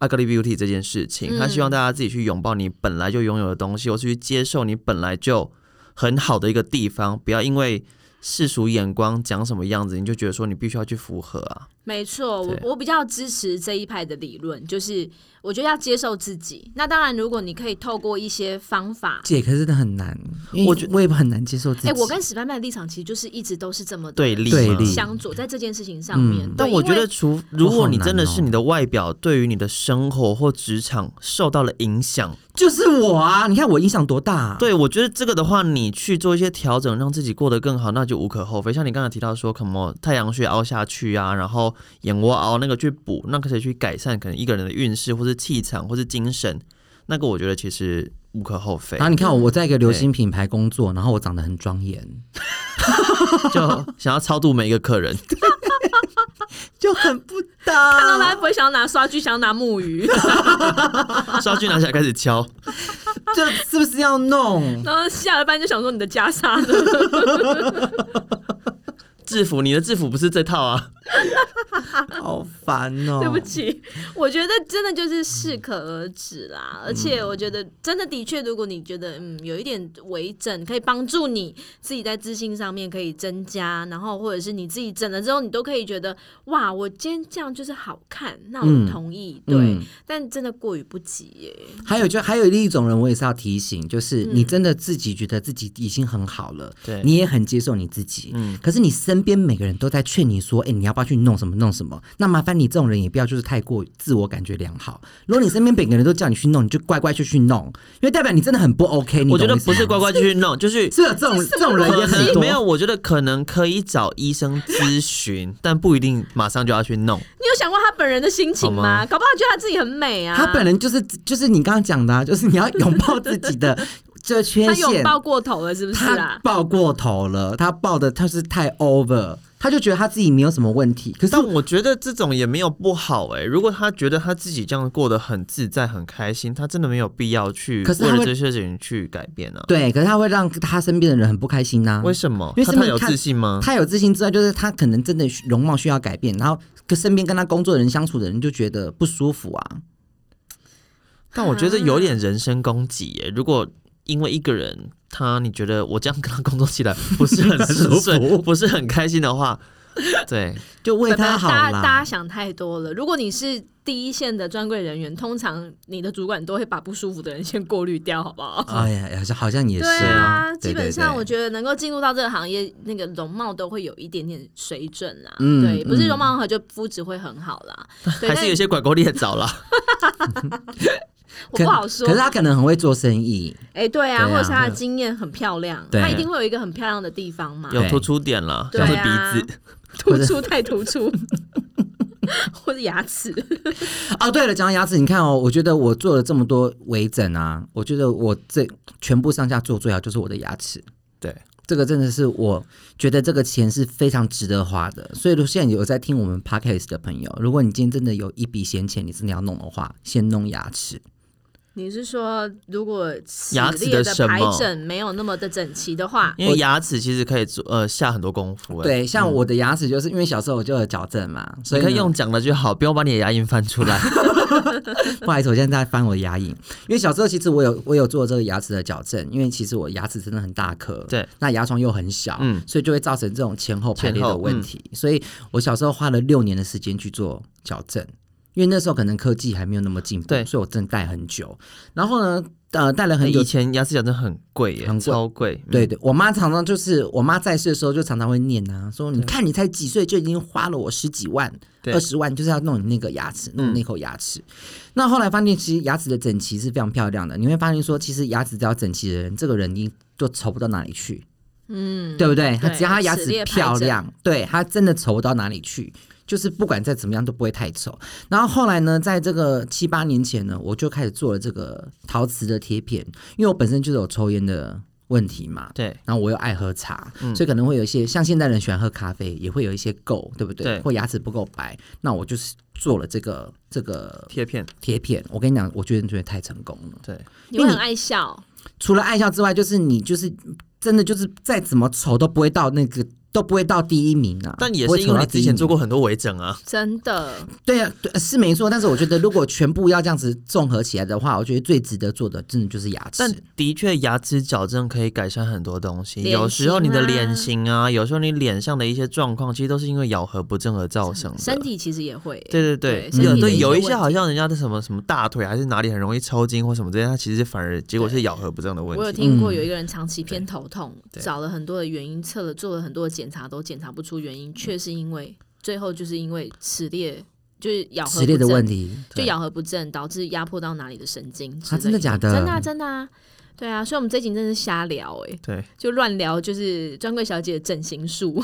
[SPEAKER 2] Ugly Beauty 这件事情，
[SPEAKER 4] 嗯
[SPEAKER 2] 她希望大家自己去拥抱你本来就拥有的东西，或是去接受你本来就很好的一个地方，不要因为世俗眼光讲什么样子，你就觉得说你必须要去符合啊。
[SPEAKER 3] 没错，我
[SPEAKER 2] 对
[SPEAKER 3] 我比较支持这一派的理论，就是我觉得要接受自己。那当然，如果你可以透过一些方法，
[SPEAKER 4] 解可是真的很难，因为
[SPEAKER 2] 我
[SPEAKER 4] 我
[SPEAKER 2] 觉
[SPEAKER 4] 我也很难接受自己。
[SPEAKER 3] 哎、我跟史班班的立场其实就是一直都是这么的
[SPEAKER 2] 对立
[SPEAKER 4] 对
[SPEAKER 2] 嘛
[SPEAKER 4] 立
[SPEAKER 3] 相左，在这件事情上面。
[SPEAKER 4] 嗯
[SPEAKER 3] 对
[SPEAKER 2] 但我觉
[SPEAKER 3] 因
[SPEAKER 2] 得
[SPEAKER 3] 为
[SPEAKER 2] 除，如果你真的
[SPEAKER 4] 好
[SPEAKER 2] 是
[SPEAKER 4] 难哦
[SPEAKER 2] 你的外表对于你的生活或职场受到了影响，
[SPEAKER 4] 就是我啊，你看我影响多大、啊？，
[SPEAKER 2] 对我觉得这个的话，你去做一些调整，让自己过得更好，那就无可厚非。像你刚才提到说，可能太阳穴凹下去啊，然后眼窝凹那个去补，那可以去改善可能一个人的运势，或是气场，或是精神。那个我觉得其实无可厚非
[SPEAKER 4] 然，后你看我我在一个流行品牌工作，然后我长得很庄严，
[SPEAKER 2] 就想要超度每一个客人。
[SPEAKER 4] 就很不搭。
[SPEAKER 3] 看 到他不会想要拿刷具，想要拿木鱼，
[SPEAKER 2] 刷具拿起来开始敲，
[SPEAKER 4] 这是不是要弄？
[SPEAKER 3] 然后下了班就想说你的袈裟呢？
[SPEAKER 2] 制服你的制服不是这套啊，
[SPEAKER 4] 好烦 哦！
[SPEAKER 3] 对不，起，我觉得真的就是适可而止啦。而
[SPEAKER 4] 嗯
[SPEAKER 3] 且我觉得真的的确，如果你觉得嗯有一点微整，可以帮助你自己在自信上面可以增加，然后或者是你自己整了之后，你都可以觉得哇，我今天这样就是好看，那
[SPEAKER 4] 嗯
[SPEAKER 3] 我同意。对，
[SPEAKER 4] 嗯
[SPEAKER 3] 但真的过于不及耶。
[SPEAKER 4] 还有就还有另一种人，我也是要提醒，就是你真的自己觉得自己已经很好了，
[SPEAKER 2] 嗯对嗯
[SPEAKER 4] 你也很接受你自己，可是你身边每个人都在劝你说，哎、你要不要去弄什么弄什么？那麻烦你这种人也不要就是太过自我感觉良好。如果你身边每个人都叫你去弄，你就乖乖就去弄，因为代表你真的很不 OK 你懂
[SPEAKER 2] 我
[SPEAKER 4] 意思
[SPEAKER 2] 觉
[SPEAKER 4] 吗。
[SPEAKER 2] 得不是乖乖去弄， 就是
[SPEAKER 4] 是有这种这种人也
[SPEAKER 2] 可
[SPEAKER 4] 很
[SPEAKER 2] 能
[SPEAKER 4] 多，
[SPEAKER 2] 没有，我觉得可能可以找医生咨询， 但不一定马上就要去弄。
[SPEAKER 3] 你有想过他本人的心情
[SPEAKER 2] 好
[SPEAKER 3] 吗？
[SPEAKER 2] 吗
[SPEAKER 3] 搞不好他觉得他自己很美啊。
[SPEAKER 4] 他本人就是就是你刚刚讲的、啊，就是你要拥抱自己的这缺
[SPEAKER 3] 他拥
[SPEAKER 4] 陷。
[SPEAKER 3] 抱过头了，是不是
[SPEAKER 4] 他
[SPEAKER 3] 啊？
[SPEAKER 4] 抱过头了，他抱的他是太 over，他就觉得他自己没有什么问题。可是
[SPEAKER 2] 但我觉得这种也没有不好哎、如果他觉得他自己这样过得很自在、很开心，他真的没有必要去
[SPEAKER 4] 可是他
[SPEAKER 2] 为了
[SPEAKER 4] 会
[SPEAKER 2] 这些事情去改变啊。
[SPEAKER 4] 对，可是他会让他身边的人很不开心呐、
[SPEAKER 2] 为什么？
[SPEAKER 4] 因为
[SPEAKER 2] 他
[SPEAKER 4] 身
[SPEAKER 2] 太
[SPEAKER 4] 边
[SPEAKER 2] 有
[SPEAKER 4] 看
[SPEAKER 2] 自信吗？
[SPEAKER 4] 他有自信之外，就是他可能真的容貌需要改变，然后跟身边跟他工作的人相处的人就觉得不舒服啊。
[SPEAKER 2] 但我觉得有点人身攻击耶、如果因为一个人他你觉得我这样跟他工作起来不是 很顺
[SPEAKER 4] 舒服
[SPEAKER 2] 遂，不是很开心的话，对，
[SPEAKER 4] 就为他好
[SPEAKER 3] 大家大家
[SPEAKER 4] 啦。
[SPEAKER 3] 想太多了。如果你是第一线的专柜人员，通常你的主管都会把不舒服的人先过滤掉，好不好？
[SPEAKER 4] 哎呀，好像好像也是
[SPEAKER 3] 对啊，
[SPEAKER 4] 对
[SPEAKER 3] 基
[SPEAKER 4] 对
[SPEAKER 3] 本上我
[SPEAKER 4] 对
[SPEAKER 3] 觉得能够进入到这个行业，那个容貌都会有一点点水准啦。
[SPEAKER 4] 嗯
[SPEAKER 3] 对，不是
[SPEAKER 4] 嗯
[SPEAKER 3] 容貌很好，就肤质会很好啦。对，
[SPEAKER 2] 还
[SPEAKER 3] 但
[SPEAKER 2] 是有些拐钩裂枣啦。
[SPEAKER 3] 我
[SPEAKER 4] 可
[SPEAKER 3] 不好说
[SPEAKER 4] 可。是他可能很会做生意，
[SPEAKER 3] 哎，对啊，
[SPEAKER 4] 对啊
[SPEAKER 3] 或者是她的经验很漂亮，
[SPEAKER 4] 对
[SPEAKER 3] 她一定会有一个很漂亮的地方嘛，
[SPEAKER 2] 有
[SPEAKER 4] 对
[SPEAKER 2] 突出点啦，
[SPEAKER 3] 对
[SPEAKER 2] 像是
[SPEAKER 3] 啊
[SPEAKER 2] 鼻子，
[SPEAKER 3] 突出太突出， 或者牙齿。
[SPEAKER 4] 哦，对了，讲到牙齿，你看哦，我觉得我做了这么多微整啊，我觉得我这全部上下做最好就是我的牙齿。
[SPEAKER 2] 对，
[SPEAKER 4] 这个真的是我觉得这个钱是非常值得花的。所以，如果现在有在听我们 podcast 的朋友，如果你今天真的有一笔闲钱，你真的要弄的话，先弄牙齿。
[SPEAKER 3] 你是说，如果齿
[SPEAKER 2] 牙齿
[SPEAKER 3] 列
[SPEAKER 2] 的
[SPEAKER 3] 的
[SPEAKER 2] 什
[SPEAKER 3] 排
[SPEAKER 2] 么
[SPEAKER 3] 整没有那么的整齐的话，
[SPEAKER 2] 因为牙齿其实可以做呃下很多功夫、欸。，
[SPEAKER 4] 对，像我的牙齿，就是因为小时候我就有矫正嘛，所
[SPEAKER 2] 你
[SPEAKER 4] 以
[SPEAKER 2] 可以
[SPEAKER 4] 呢
[SPEAKER 2] 用讲的就好，不用把你的牙龈翻出来。
[SPEAKER 4] 不好意思，我现在在翻我的牙龈，因为小时候其实我有我有做这个牙齿的矫正，因为其实我牙齿真的很大颗，
[SPEAKER 2] 对，
[SPEAKER 4] 那牙床又很小， 嗯
[SPEAKER 2] 嗯，
[SPEAKER 4] 所以就会造成这种前后排列的问题。所以我小时候花了六年的时间去做矫正，因为那时候可能科技还没有那么进步，
[SPEAKER 2] 对
[SPEAKER 4] 所以我真的戴很久。然后呢，呃，戴了很久
[SPEAKER 2] 以前牙齿矫正很贵耶、
[SPEAKER 4] 很贵
[SPEAKER 2] 超贵。嗯
[SPEAKER 4] 对，对，我妈常常就是我妈在世的时候就常常会念啊，说你看你才几岁就已经花了我十几万、
[SPEAKER 2] 对
[SPEAKER 4] 二十万，就是要弄你那个牙齿，弄你那口牙齿。那后来发现，其实牙齿的整齐是非常漂亮的。你会发现说，其实牙齿只要整齐的人，这个人你就丑不到哪里去，
[SPEAKER 3] 嗯，
[SPEAKER 4] 对不对？他只要他牙
[SPEAKER 3] 齿
[SPEAKER 4] 齿
[SPEAKER 3] 列排
[SPEAKER 4] 漂
[SPEAKER 3] 整
[SPEAKER 4] 亮，对他真的丑不到哪里去。就是不管再怎么样都不会太丑。然后后来呢，在这个七八年前呢，我就开始做了这个陶瓷的贴片，因为我本身就是有抽烟的问题嘛，
[SPEAKER 2] 对，
[SPEAKER 4] 然后我又爱喝茶，
[SPEAKER 3] 嗯
[SPEAKER 4] 所以可能会有一些像现代人喜欢喝咖啡，也会有一些垢，对不对？
[SPEAKER 2] 对
[SPEAKER 4] 或牙齿不够白，那我就是做了这个这个
[SPEAKER 2] 贴片，
[SPEAKER 4] 贴片。我跟你讲，我觉得觉得太成功了。
[SPEAKER 2] 对，
[SPEAKER 3] 你会
[SPEAKER 4] 因为
[SPEAKER 3] 很
[SPEAKER 4] 你
[SPEAKER 3] 爱笑，
[SPEAKER 4] 除了爱笑之外，就是你就是真的就是再怎么丑都不会到那个都不会到第一名啊。
[SPEAKER 2] 但也
[SPEAKER 4] 不会
[SPEAKER 2] 是因
[SPEAKER 4] 丑
[SPEAKER 2] 为
[SPEAKER 4] 到
[SPEAKER 2] 你之
[SPEAKER 4] 第一
[SPEAKER 2] 前做
[SPEAKER 4] 名
[SPEAKER 2] 过很多微整啊。
[SPEAKER 3] 真的。
[SPEAKER 4] 对啊，对是没错。但是我觉得如果全部要这样子综合起来的话，我觉得最值得做的真的就是牙齿。
[SPEAKER 2] 但的确，牙齿矫正可以改善很多东西。
[SPEAKER 3] 脸
[SPEAKER 2] 有时候你的
[SPEAKER 3] 型啊
[SPEAKER 2] 脸型啊，有时候你脸上的一些状况，其实都是因为咬合不正而造成的。
[SPEAKER 3] 身体其实也会，
[SPEAKER 2] 对对
[SPEAKER 3] 对
[SPEAKER 2] 对，有
[SPEAKER 3] 身体的
[SPEAKER 2] 对
[SPEAKER 3] 一
[SPEAKER 2] 有
[SPEAKER 3] 些
[SPEAKER 2] 一些
[SPEAKER 3] 问
[SPEAKER 2] 好像人家的什么什么大腿还是哪里很容易抽筋或什么这些，它其实反而结果是咬合不正的
[SPEAKER 3] 我有
[SPEAKER 2] 问题。
[SPEAKER 3] 听过
[SPEAKER 4] 嗯
[SPEAKER 3] 有一个人长期偏头痛，
[SPEAKER 2] 对
[SPEAKER 3] 找了很多的原因，测了做了很多的检查，都检查不出原因，却是因为最后就是因为齿列就是咬合
[SPEAKER 4] 齿列的
[SPEAKER 3] 不正
[SPEAKER 4] 问题，
[SPEAKER 3] 就
[SPEAKER 2] 对
[SPEAKER 3] 咬合不正导致压迫到哪里的神经之类，
[SPEAKER 4] 啊真的假的
[SPEAKER 3] 真的啊真的啊。对啊，所以我们这集真的是瞎聊哎、
[SPEAKER 2] 对，
[SPEAKER 3] 就乱聊，就是专柜小姐的整形术。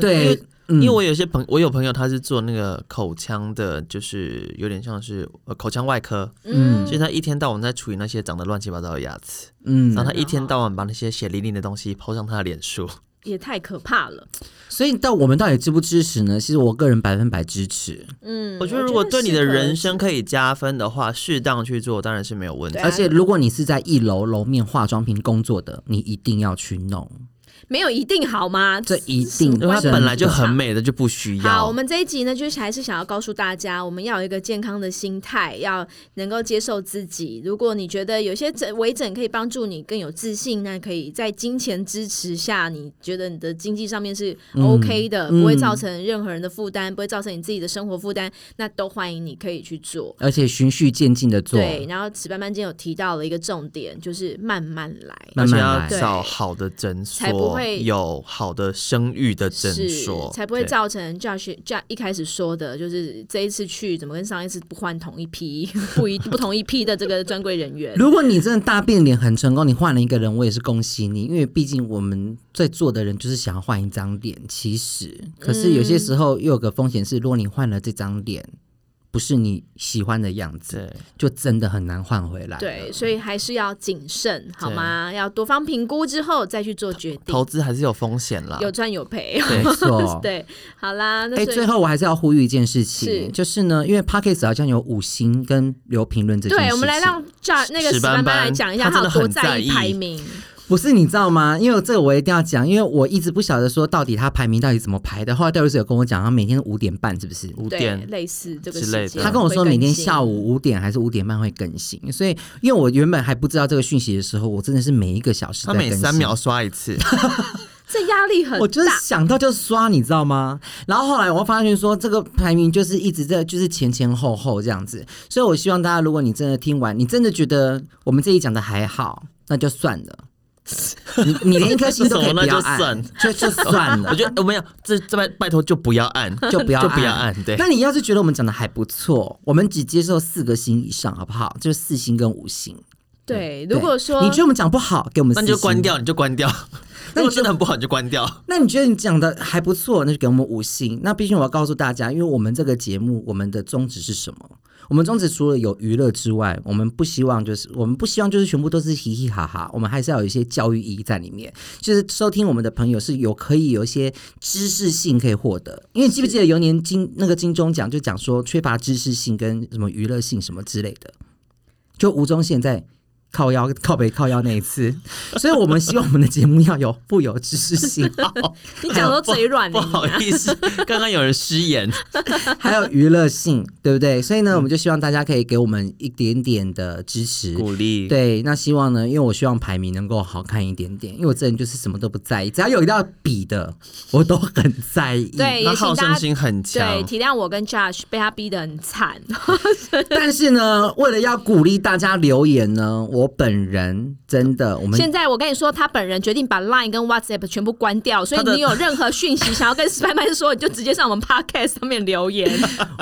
[SPEAKER 4] 对，嗯
[SPEAKER 2] 因
[SPEAKER 4] 因
[SPEAKER 3] 嗯
[SPEAKER 2] 为我有些朋，我有朋友他是做那个口腔的，就是有点像是呃口腔外科，
[SPEAKER 4] 嗯
[SPEAKER 2] 所以他一天到晚在处理那些长得乱七八糟的牙齿，
[SPEAKER 4] 嗯
[SPEAKER 2] 然后
[SPEAKER 3] 嗯
[SPEAKER 2] 他一天到晚把那些血淋淋的东西抛上他的脸书。
[SPEAKER 3] 也太可怕了。
[SPEAKER 4] 所以到我们到底支不支持呢？其实我个人百分百支持，
[SPEAKER 3] 嗯，
[SPEAKER 2] 我觉得如果对你的
[SPEAKER 3] 适可而
[SPEAKER 2] 人
[SPEAKER 3] 止
[SPEAKER 2] 生可以加分的话，适当去做当然是没有问题
[SPEAKER 3] 对啊。
[SPEAKER 4] 而且如果你是在一楼楼面化妆品工作的，你一定要去弄，
[SPEAKER 3] 没有一定好吗？
[SPEAKER 4] 这一定
[SPEAKER 2] 因为他
[SPEAKER 4] 真的
[SPEAKER 2] 本来就很美的就不需要。
[SPEAKER 3] 好，我们这一集呢，就是还是想要告诉大家，我们要有一个健康的心态，要能够接受自己。如果你觉得有些整微整可以帮助你更有自信，那可以在金钱支持下，你觉得你的经济上面是 OK 的，
[SPEAKER 4] 嗯
[SPEAKER 3] 不会造成任何人的负担，不会造成你自己的生活负担，那都欢迎你可以去做。
[SPEAKER 4] 而且循序渐进的做，
[SPEAKER 3] 对，然后史班班今天有提到了一个重点，就是慢慢来。
[SPEAKER 2] 而
[SPEAKER 4] 慢
[SPEAKER 2] 且
[SPEAKER 4] 慢
[SPEAKER 2] 要
[SPEAKER 4] 来。
[SPEAKER 3] 对
[SPEAKER 2] 找好的诊所，
[SPEAKER 3] 才不会
[SPEAKER 2] 有好的生育的诊
[SPEAKER 3] 是
[SPEAKER 2] 所，，
[SPEAKER 3] 才不会
[SPEAKER 2] 对
[SPEAKER 3] 造成 Josh Josh 一开始说的，就是这一次去怎么跟上一次不换同一批、 不一不同一批的这个专柜人员。
[SPEAKER 4] 如果你真的大变脸很成功，你换了一个人，我也是恭喜你，因为毕竟我们在座的人就是想要换一张脸。其实，可是有些时候又有个风险是，如果你换了这张脸，不是你喜欢的样子，
[SPEAKER 2] 对。
[SPEAKER 4] 就真的很难换回来。
[SPEAKER 3] 对，，所以还是要谨慎，好吗？要多方评估之后再去做决定
[SPEAKER 2] 投，资还是有风险啦，
[SPEAKER 3] 有赚有赔。。
[SPEAKER 4] 没错
[SPEAKER 3] 对，好啦，那
[SPEAKER 4] 哎、
[SPEAKER 3] 所以
[SPEAKER 4] 最后我还是要呼吁一件事情，
[SPEAKER 3] 是
[SPEAKER 4] 就是呢，因为 p o c k e t 好像有五星跟留评论这件事情。
[SPEAKER 3] 对，我们来让 Josh 那个
[SPEAKER 2] 史
[SPEAKER 3] 史
[SPEAKER 2] 班
[SPEAKER 3] 班班
[SPEAKER 2] 班
[SPEAKER 3] 来讲一下
[SPEAKER 2] 他真
[SPEAKER 3] 他
[SPEAKER 2] 的
[SPEAKER 3] 有多
[SPEAKER 2] 很在
[SPEAKER 3] 在意
[SPEAKER 2] 意
[SPEAKER 3] 排名。
[SPEAKER 4] 不是你知道吗？因为这个我一定要讲，因为我一直不晓得说到底他排名到底怎么排的。后来戴律师有跟我讲，他每天五点半是不是？
[SPEAKER 2] 五
[SPEAKER 3] 对，
[SPEAKER 2] 点
[SPEAKER 3] 类似这个
[SPEAKER 2] 之
[SPEAKER 3] 事
[SPEAKER 2] 类的
[SPEAKER 3] 情
[SPEAKER 4] 他跟我说每天下
[SPEAKER 3] 午
[SPEAKER 4] 午五点还是五点半会更新，所以因为我原本还不知道这个讯息的时候，我真的是每一个小时
[SPEAKER 2] 他
[SPEAKER 4] 在更
[SPEAKER 2] 每
[SPEAKER 4] 新
[SPEAKER 2] 三秒刷一次，
[SPEAKER 3] 这压力很
[SPEAKER 4] 我就是
[SPEAKER 3] 大，
[SPEAKER 4] 想到就刷，你知道吗？然后后来我发现说，这个排名就是一直在就是前前后后这样子，所以我希望大家，如果你真的听完，你真的觉得我们这一讲的还好，那就算 了。你你连一颗星都可以不要
[SPEAKER 2] 什
[SPEAKER 4] 按，
[SPEAKER 2] 么那
[SPEAKER 4] 就就算了
[SPEAKER 2] 我，觉得呃我没有这这拜拜托就不要 按，
[SPEAKER 4] 就不要
[SPEAKER 2] 就不要按，对，
[SPEAKER 4] 那你要是觉得我们讲的还不错，我们只接受四个星以上，好不好？就是四星跟五星。
[SPEAKER 3] 对，
[SPEAKER 4] 对
[SPEAKER 3] 如果说
[SPEAKER 4] 你觉得我们讲不好，给我们
[SPEAKER 2] 那你就
[SPEAKER 4] 四星
[SPEAKER 2] 关。掉，你就关掉，
[SPEAKER 4] 那
[SPEAKER 2] 如果
[SPEAKER 4] 你就
[SPEAKER 2] 真的很不好，你就关 掉。
[SPEAKER 4] 那你觉得你讲的还不错，那就给我们五星。那毕竟我要告诉大家，因为我们这个节目，我们的宗旨是什么？我们宗旨除了有娱乐之外，我们不希望就是我们不希望就是全部都是嘻嘻哈哈，我们还是要有一些教育意义在里面。就是收听我们的朋友是有可以有一些知识性可以获得，因为你记不记得有一年金那个金钟奖就讲说缺乏知识性跟什么娱乐性什么之类的，就吴宗宪在靠腰靠北靠腰那一次，所以我们希望我们的节目要有富有知识性，
[SPEAKER 3] 你讲到嘴 软
[SPEAKER 2] 不
[SPEAKER 3] 了，
[SPEAKER 2] 好
[SPEAKER 3] 你啊
[SPEAKER 2] 意思，刚刚有人失言，
[SPEAKER 4] 还有娱乐性， 对不对？所以
[SPEAKER 3] 嗯
[SPEAKER 4] 呢，我们就希望大家可以给我们一点点的支持。
[SPEAKER 2] 鼓励，
[SPEAKER 4] 对，那希望呢，因为我希望排名能够好看一点点，因为我这人就是什么都不在意，只要有一道比的，我都很在意。
[SPEAKER 3] 对，
[SPEAKER 2] 那
[SPEAKER 3] 也请
[SPEAKER 2] 好胜
[SPEAKER 3] 大家
[SPEAKER 2] 心很
[SPEAKER 3] 对，
[SPEAKER 2] 强，
[SPEAKER 3] 体谅我跟 Josh 被他逼得很惨，
[SPEAKER 4] 但是呢，为了要鼓励大家留言呢，我本人真的，我 们
[SPEAKER 3] 现在我跟你说，他本人决定把 Line 跟 WhatsApp 全部关掉，所以
[SPEAKER 2] 他的
[SPEAKER 3] 你有任何讯息想要跟史派曼说，你就直接上我们 Podcast 上面留 言。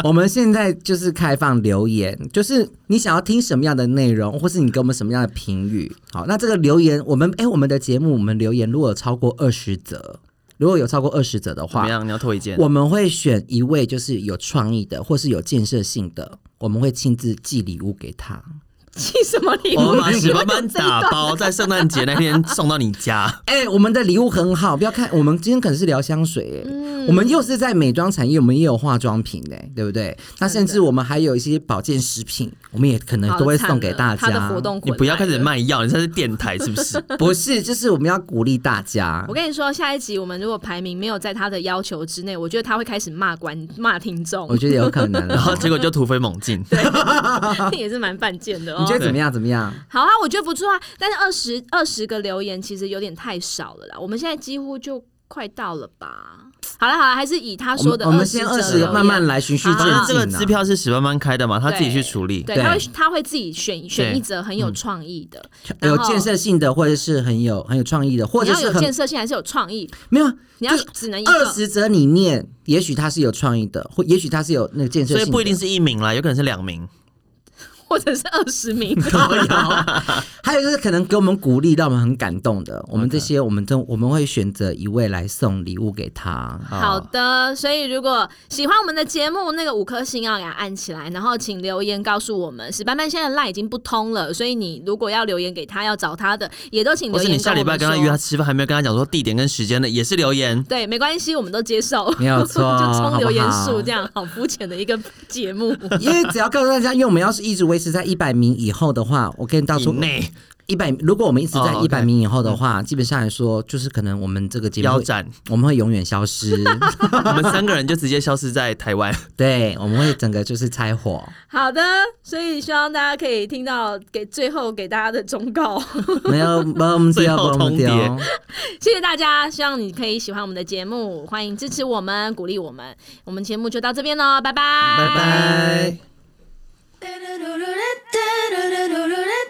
[SPEAKER 4] 我们现在就是开放留言，就是你想要听什么样的内容，或是你给我们什么样的评语。好，那这个留言，我们哎、我们的节目我们留言如果有超过二十则，如果有超过二十则的
[SPEAKER 2] 怎
[SPEAKER 4] 话
[SPEAKER 2] 么，样？你要推荐？
[SPEAKER 4] 我们会选一位就是有创意的，或是有建设性的，我们会亲自寄礼物给他。
[SPEAKER 3] 寄什么礼物？
[SPEAKER 2] 我们把史
[SPEAKER 3] 你
[SPEAKER 2] 班
[SPEAKER 3] 们
[SPEAKER 2] 班
[SPEAKER 3] 这一段
[SPEAKER 2] 打包，在圣诞节那 天送到你家。
[SPEAKER 4] 哎、我们的礼物很好，不要看我们今天可能是聊香水、哎、
[SPEAKER 3] 嗯
[SPEAKER 4] 我们又是在美妆产业，我们也有化妆品哎、对不对？那甚至我们还有一些保健食品，我们也可能
[SPEAKER 3] 好
[SPEAKER 4] 都会
[SPEAKER 3] 惨
[SPEAKER 4] 送给
[SPEAKER 3] 了
[SPEAKER 4] 大家。
[SPEAKER 3] 他的活动，
[SPEAKER 2] 你不要开始。卖药，你这是电台是不 是？
[SPEAKER 4] 不是，就是我们要鼓励大家
[SPEAKER 3] 我。跟你说，下一集我们如果排名没有在他的要求之内，我觉得他会开始骂观骂听众
[SPEAKER 4] 我，觉得有可能
[SPEAKER 2] 然后
[SPEAKER 4] 哦。
[SPEAKER 2] 结果就突飞猛进。
[SPEAKER 3] 也是蛮犯贱的哦。
[SPEAKER 4] 你觉得怎么样？怎么样？
[SPEAKER 3] 好啊，我觉得不错啊，但是二十二十个留言其实有点太少了啦，我们现在几乎就快到了吧？好了好了，还是以他
[SPEAKER 4] 我
[SPEAKER 3] 说
[SPEAKER 4] 们
[SPEAKER 3] 的
[SPEAKER 4] 我们先
[SPEAKER 3] 二
[SPEAKER 4] 二
[SPEAKER 3] 十
[SPEAKER 4] 十，慢慢。来，循序渐
[SPEAKER 3] 好
[SPEAKER 4] 进、
[SPEAKER 3] 啊
[SPEAKER 4] 啊。
[SPEAKER 2] 这个支票是史班班开的嘛，他自己去处理。
[SPEAKER 3] 对，
[SPEAKER 4] 对
[SPEAKER 3] 他会他会自己选选
[SPEAKER 2] 对
[SPEAKER 3] 一则很有创意的，然
[SPEAKER 4] 有
[SPEAKER 3] 后
[SPEAKER 4] 建设性的，或者是很有很有创意的，嗯或
[SPEAKER 3] 你
[SPEAKER 4] 者
[SPEAKER 3] 要
[SPEAKER 4] 是
[SPEAKER 3] 有建
[SPEAKER 4] 很
[SPEAKER 3] 设性还是有创意？
[SPEAKER 4] 没有。
[SPEAKER 3] 你要
[SPEAKER 4] 就是
[SPEAKER 3] 只能一
[SPEAKER 4] 二
[SPEAKER 3] 个。
[SPEAKER 4] 十则里面，也许它是有创意的，或也许它是有那个建设
[SPEAKER 2] 所以
[SPEAKER 4] 性的，
[SPEAKER 2] 不一定是一名啦，有可能是两名。
[SPEAKER 3] 或者是二十 名。
[SPEAKER 4] 高腰。还有就是可能给我们鼓励，让我们很感动的，我们这些我们都我们会选择一位来送礼物给他。
[SPEAKER 3] 好的，所以如果喜欢我们的节目，那个五颗星要给它按起来，然后请留言告诉我们。史班班现在赖已经不通了，所以你如果要留言给他，要找他的，也都请
[SPEAKER 2] 或
[SPEAKER 3] 留
[SPEAKER 2] 是
[SPEAKER 3] 言
[SPEAKER 2] 你下礼拜
[SPEAKER 3] 跟
[SPEAKER 2] 跟
[SPEAKER 3] 我
[SPEAKER 2] 他
[SPEAKER 3] 们
[SPEAKER 2] 约他
[SPEAKER 3] 说。
[SPEAKER 2] 吃饭，还没有跟他讲说地点跟时间的，也是留言。
[SPEAKER 3] 对，没关系，我们都接受，
[SPEAKER 4] 没有 错
[SPEAKER 3] 就冲留言
[SPEAKER 4] 好不
[SPEAKER 3] 数
[SPEAKER 4] 好
[SPEAKER 3] 这样，好肤浅的一个节目。
[SPEAKER 4] 因为只要告诉大家，因为我们要是一直维持在一百名以后的话，我跟你到
[SPEAKER 2] 以
[SPEAKER 4] 时候
[SPEAKER 2] 内
[SPEAKER 4] 一百，如果我们一直在
[SPEAKER 2] 哦
[SPEAKER 4] 一
[SPEAKER 2] ，OK
[SPEAKER 4] 百名以后的话，基本上来说，就是可能我们这个节目
[SPEAKER 2] 腰
[SPEAKER 4] 会
[SPEAKER 2] 斩，
[SPEAKER 4] 我们会永远消失，
[SPEAKER 2] 我们三个人就直接消失在台湾。
[SPEAKER 4] 对，我们会整个就是拆伙。
[SPEAKER 3] 好的，所以希望大家可以听到给最后给大家的忠告，
[SPEAKER 4] 没有，没有，我们
[SPEAKER 2] 最
[SPEAKER 4] 丢，
[SPEAKER 2] 后
[SPEAKER 4] 我们
[SPEAKER 2] 通牒
[SPEAKER 4] 丢。
[SPEAKER 3] 谢谢大家，希望你可以喜欢我们的节目，欢迎支持我们，鼓励我们，我们节目就到这边喽，拜拜，
[SPEAKER 2] 拜拜。
[SPEAKER 1] Da-da-da-da-da-da-da-da-da-da-da.